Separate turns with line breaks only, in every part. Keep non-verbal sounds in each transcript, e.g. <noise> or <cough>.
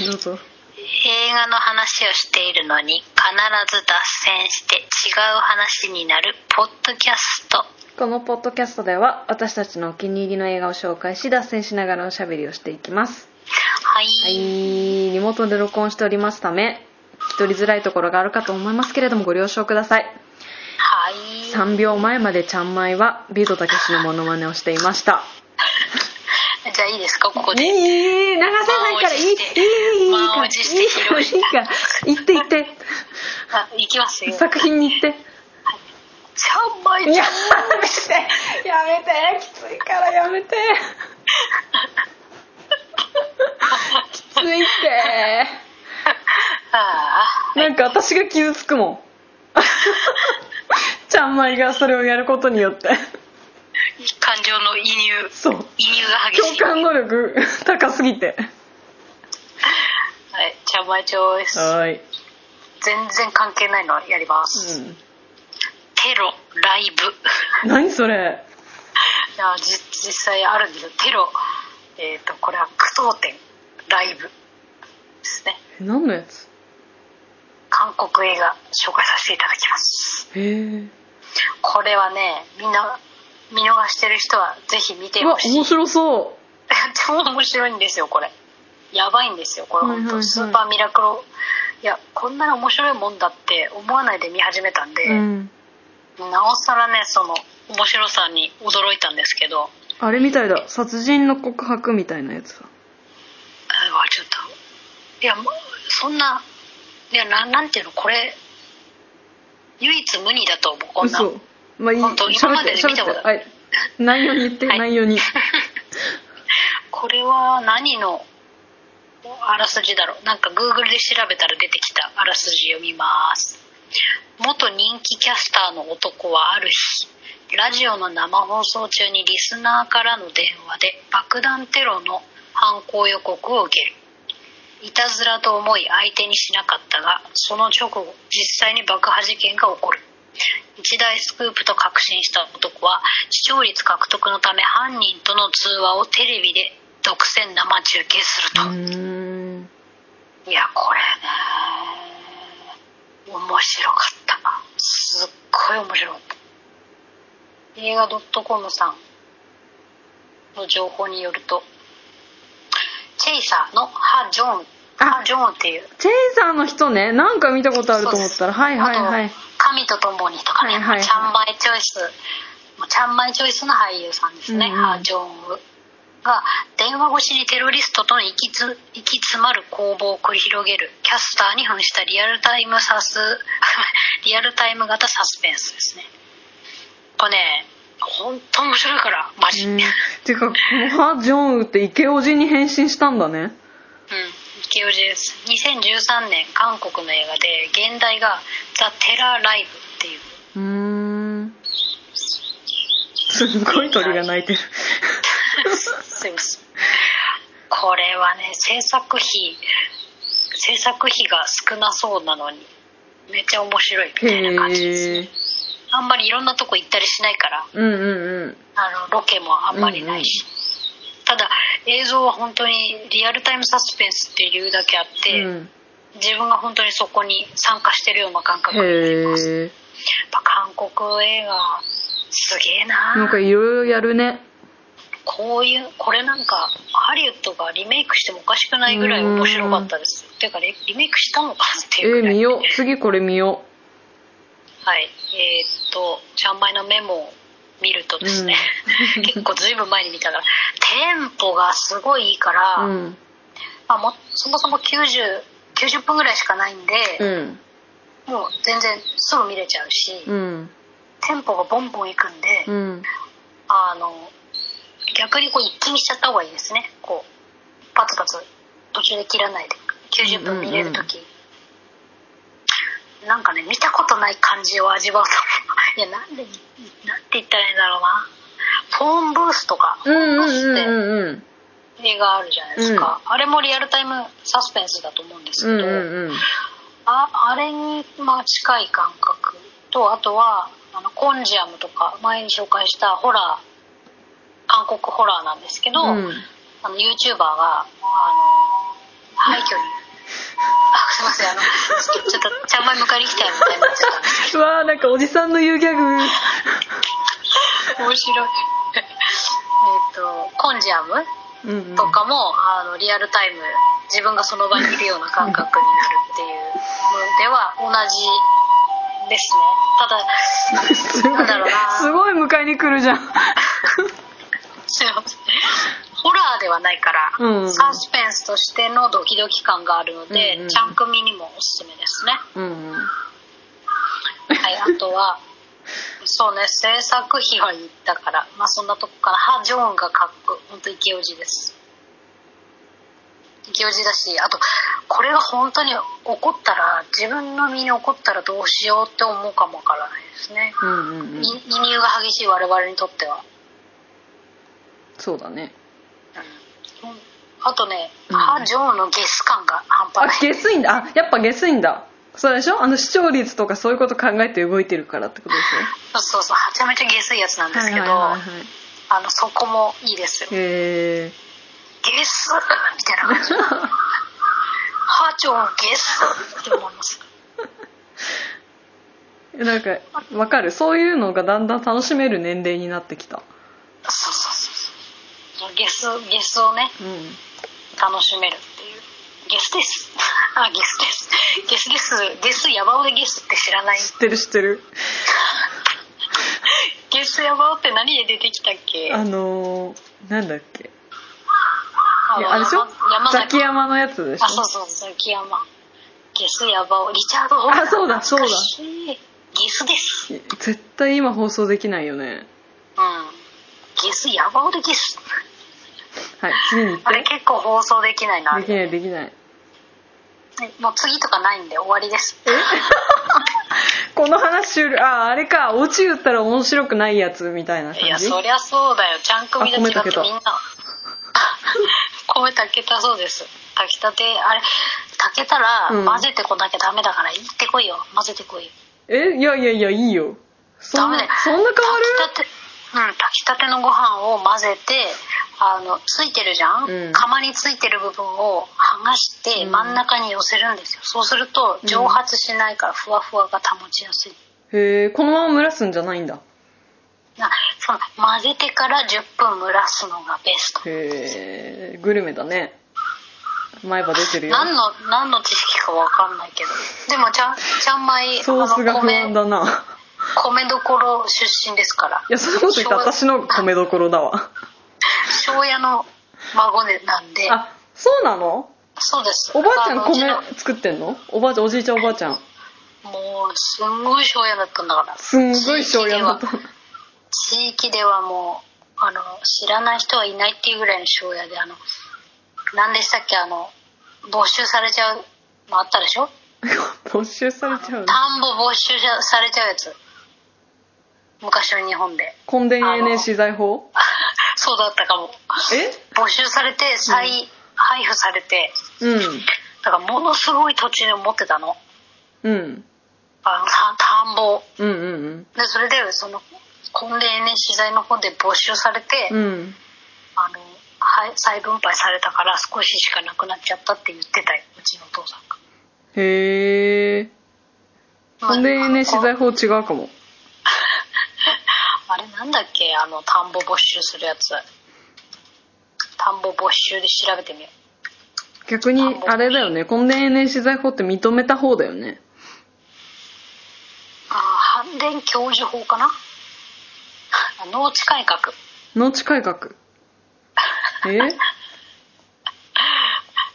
どうぞ
映画の話をしているのに必ず脱線して違う話になるポッドキャスト
このポッドキャストでは私たちのお気に入りの映画を紹介し脱線しながらおしゃべりをしていきます
はい、
はいリモートで録音しておりますため聞き取りづらいところがあるかと思いますけれどもご了承ください
はい、
3秒前までちゃんまいはビートたけしのモノマネをしていました
じゃあいいですかここ
い
で
いいいいい流さないからいいいいいいいいい
満
から
を持して披露した
いいからいいから行って行っ
あいきます
て
よちゃん
作品に行って
まい
い <laughs>
ち
や
ゃ
め
ん
てやめてきついからや
<laughs>
めてきついって
ああ
なんか私が傷つくもん
<laughs>
ちゃんまいがそれをやることによって
感情の移入
そう
移入が激し
共感
い、
能力高すぎて
はい、ちゃんまい上です
はい、
全然関係ないのやります、テロライブ <laughs>
うん、何それ
いやじ実際あるんですよテロえっ、とこれは句読点ライブですね
え何のやつ
韓国映画紹介させていただきます
へえ
これはねみんな見逃してる人はぜひ見て
うわ
ほしい
面白そう
<laughs> 超面白いんですよこれやばいんですよこれ
はいはい
本
はい
当スーパーミラクルいやこんなに面白いもんだって思わないで見始めたんで、
うん、
なおさらねその面白さに驚いたんですけど
あれみたいだ殺人の告白みたいなやつだ
あのちょっといやもうそんないやななんていうのこれ唯一無二だと思うこんな
嘘まあいい
本当今までで見たこ
喋
と
ってはい内容に言って、
はい
内容
<laughs>
に
これは何のあらすじだろうなんか Google で調べたら出てきたあらすじ読みます元人気キャスターの男はある日ラジオの生放送中にリスナーからの電話で爆弾テロの犯行予告を受けるいたずらと思い相手にしなかったがその直後実際に爆破事件が起こる一大スクープと確信した男は視聴率獲得のため犯人との通話をテレビで独占生中継す
う
ると、
ーん
いやこれね面白かったすっごい面白かった映画 .com さんの情報によるとチェイサーのハ・ジョンハ・ジョンっていう
チェイサーの人ねなんか見たことあると思ったらはいはいはい
あと神と共にとかね、
はいはいはい
ちゃんまいチョイスもうちゃんまいチョイスの俳優さんですね、
うんうん
ハージョンウが電話越しにテロリストとの行きつ行き詰まる攻防を繰り広げるキャスターに扮したリアルタイムサス <laughs> リアルタイム型サスペンスですねこれね本当面白いからマジ、
うんて
<laughs>
かこのハ・ジョンウってイケオジに変身したんだね
うん、池尾です2013年韓国の映画で現代が「ザ・テラー・ライブ」っていう
うーんすごい鳥が鳴い
<laughs>
てる
すいませんこれはね制作費制作費が少なそうなのにめっちゃ面白いみたいな感じです
へえ
あんまりいろんなとこ行ったりしないから
うんうんうん
あのロケもあんまりないし、ただ映像は本当にリアルタイムサスペンスっていうだけあって、
うん
自分が本当にそこに参加してるような感覚でや
へえ
っぱ韓国映画すげえな
なんかいろいろやるね
こういうこれなんかハリウッドがリメイクしてもおかしくないぐらい面白かったですていうかリリメイクしたのかって
え
いうぐらい、
見
<laughs>
よう次これ見よ
はいえーっとちゃんまいのメモを見るとですね、 <laughs> 結構ずいぶん前に見たからテンポがすごいいいから、
ううん
まあ、もそもそも 90, 90分ぐらいしかないんで、
うん
もう全然すぐ見れちゃうし、
うん
テンポがボンボンいくんで、
うん
あの逆にこう一気にしちゃった方がいいですねこうパツパツ途中で切らないで90分見れる時、なんかね見たことない感じを味わう <laughs> と思ういやなんでなんて言ったらいいんだろうなフォーンブースとか
うんうんうんうん
映画あるじゃないですか、あれもリアルタイムサスペンスだと思うんです
うん
け
う
ど、
んうん
ああれに、まあ、近い感覚とあとはあのコンジアムとか前に紹介したホラー韓国ホラーなんですけど、
うん
あの YouTuber があの廃墟にせんあのちょっとちゃんまい迎えに来たいみたいになっちゃったんです
うわーなんかおじさんの言うギャグ
けど面白いえっとコンジアム
うん、うん、
とかも、あのリアルタイム自分がその場にいるような感覚になるっていうのでは同じです
す
ねただ
ごい
なんだろうな
すごい迎えに来るじゃん
すいませんホラーではないから、
うん
サスペンスとしてのドキドキ感があるので、
うんうん
ちゃんくみにもおすすめですね
うんうん
はい、あとは、そうね、制作費は言ったから、まあそんなとこかな。ハ・ジョンが書く、ほんとイケオジです。イケオジだし、あと、これが本当に起こったら、自分の身に起こったらどうしようって思うかもわからないですね。
うんうんうん
い移入が激しい我々にとっては。
そうだね
うんあとね、
うん
ハ・ジョンのゲス感が半
あ
端な
下
い。
水んだあやっぱ下水んだそうでしょあの視聴率とかそういうこと考えて動いてるからってことで
そうそうそう、はちゃめちゃゲスいやつなんで
しょ
すけど、
はいはいはいはい
あの、そこもいいですよ。
え
ゲスみたいな感じ。ハチョンゲスって思います。
ー、なんかわかるそういうのがだんだん楽しめる年齢になってきた
そうそうそうそう。ゲス、ゲスをね、
うん
楽しめるっていう。ゲスです。あ、ゲスです。ゲスゲス、ゲスヤバオでゲスって知らない。
知ってる知ってる
ゲスヤバオって何で出てきたっけ
あのー、なんだっけ
あ
いやあれでしょ
山山
ザキ
崎。
ヤマのやつでしょ
あ、そうそう、ザキヤマ。ゲスヤバオ、リチャード・ホ
あそうだそうだ
懐かしいゲスです。
絶対今放送できないよね
うん。ゲスヤバオでゲス。
はい次に行っ
あれ
て
結構放送できないな。あれ
できないできない
はいもう次とかないんで終わりです。
この話終了ああれかオチ言ったら面白くないやつみたいな感じ
いや、そりゃそうだよ。ちゃん組だ違
あ米炊
っ
け
て
た
みんな。 <laughs> 米炊けたそうです。炊きたて、あれ、炊けたら
うん
混ぜてこなきゃダメだから、行ってこいよ。混ぜてこいよ。
えいやいやいやいいよそんな
ダメだよ
そんな変わる
炊きたて、うん、炊きたてのご飯を混ぜて、あの、ついてるじゃん、
うん
釜についてる部分を剥がして
うん
真ん中に寄せるんですよ。そうすると蒸発しないからふわふわが保ちやすい。
へえこのまま蒸らすんじゃないんだ
なその混ぜてから10分蒸らすのがベスト
へえグルメだね前歯出てるよ
何の何の知識かわかんないけどでもちゃんちゃんまい
ソースが
あの
不安
米
だな
米どころ出身ですから
いやそんなこと言ったら私の米どころだわ
庄屋の孫でなんで
あそうなの
そうです
おばあちゃん
のうちの
米作ってんのおばあちゃんおじいちゃんおばあちゃん
もうすんごい庄屋だったんだから
すんごい醤油だった
地域ではもうあの知らない人はいないっていうぐらいの庄屋であの何でしたっけあの没収されちゃうのあったでしょ
没収されちゃうね
田んぼ没収されちゃうやつ昔の日本で
根田永年資材法
そうだったかも
え
没収されて再配布されて
うん
だからものすごい土地を持ってたの
うん
あのた田んぼ
うんうん
でそれでその婚礼ね資材の方で没収されて、
うんうん
あのはい再分配されたから少ししかなくなっちゃったって言ってたようちのお父さんが
へえ根田永年資材法違うかも
あれなんだっけあの田んぼ没収するやつ田んぼ没収で調べてみよう
逆にあれだよね根田永年資材法って認めた方だよね
ああ反電教授法かな <laughs> あ農地改革
農地改革え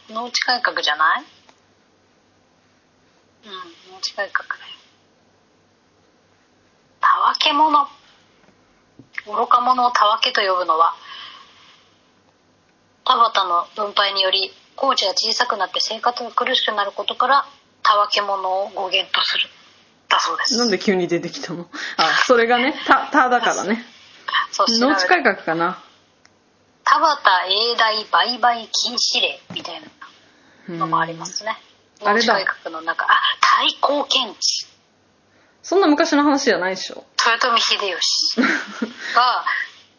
農地改革じゃないうん農地改革だよたわけ者愚か者をたわけと呼ぶのは田畑の分配により高地が小さくなって生活が苦しくなることからたわけ者を語源とするだそうです
なんで急に出てきたのあそれがね「た」ただからね
そう調べ
農
た
地改革かな
田畑永代売買禁止令みたいな
うん
のもありますね。
うんあ
農
れ
地
だ
改革の中、あ、対抗検知。
そんな昔の話じゃないでしょ
豊臣秀吉が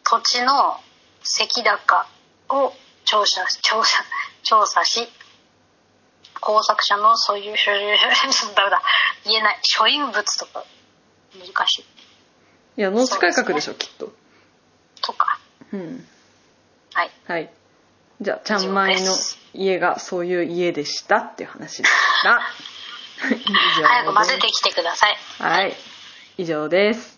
土地の石高を調査調査調査し工作者の所有所有ダメだ言えない所有物とか難しい
いや農地改革でしょきっと
とか
うん
はい
はいじゃあちゃんまいの家がそういう家でしたっていう話でした以上です
早く混ぜてきてください
はい以上です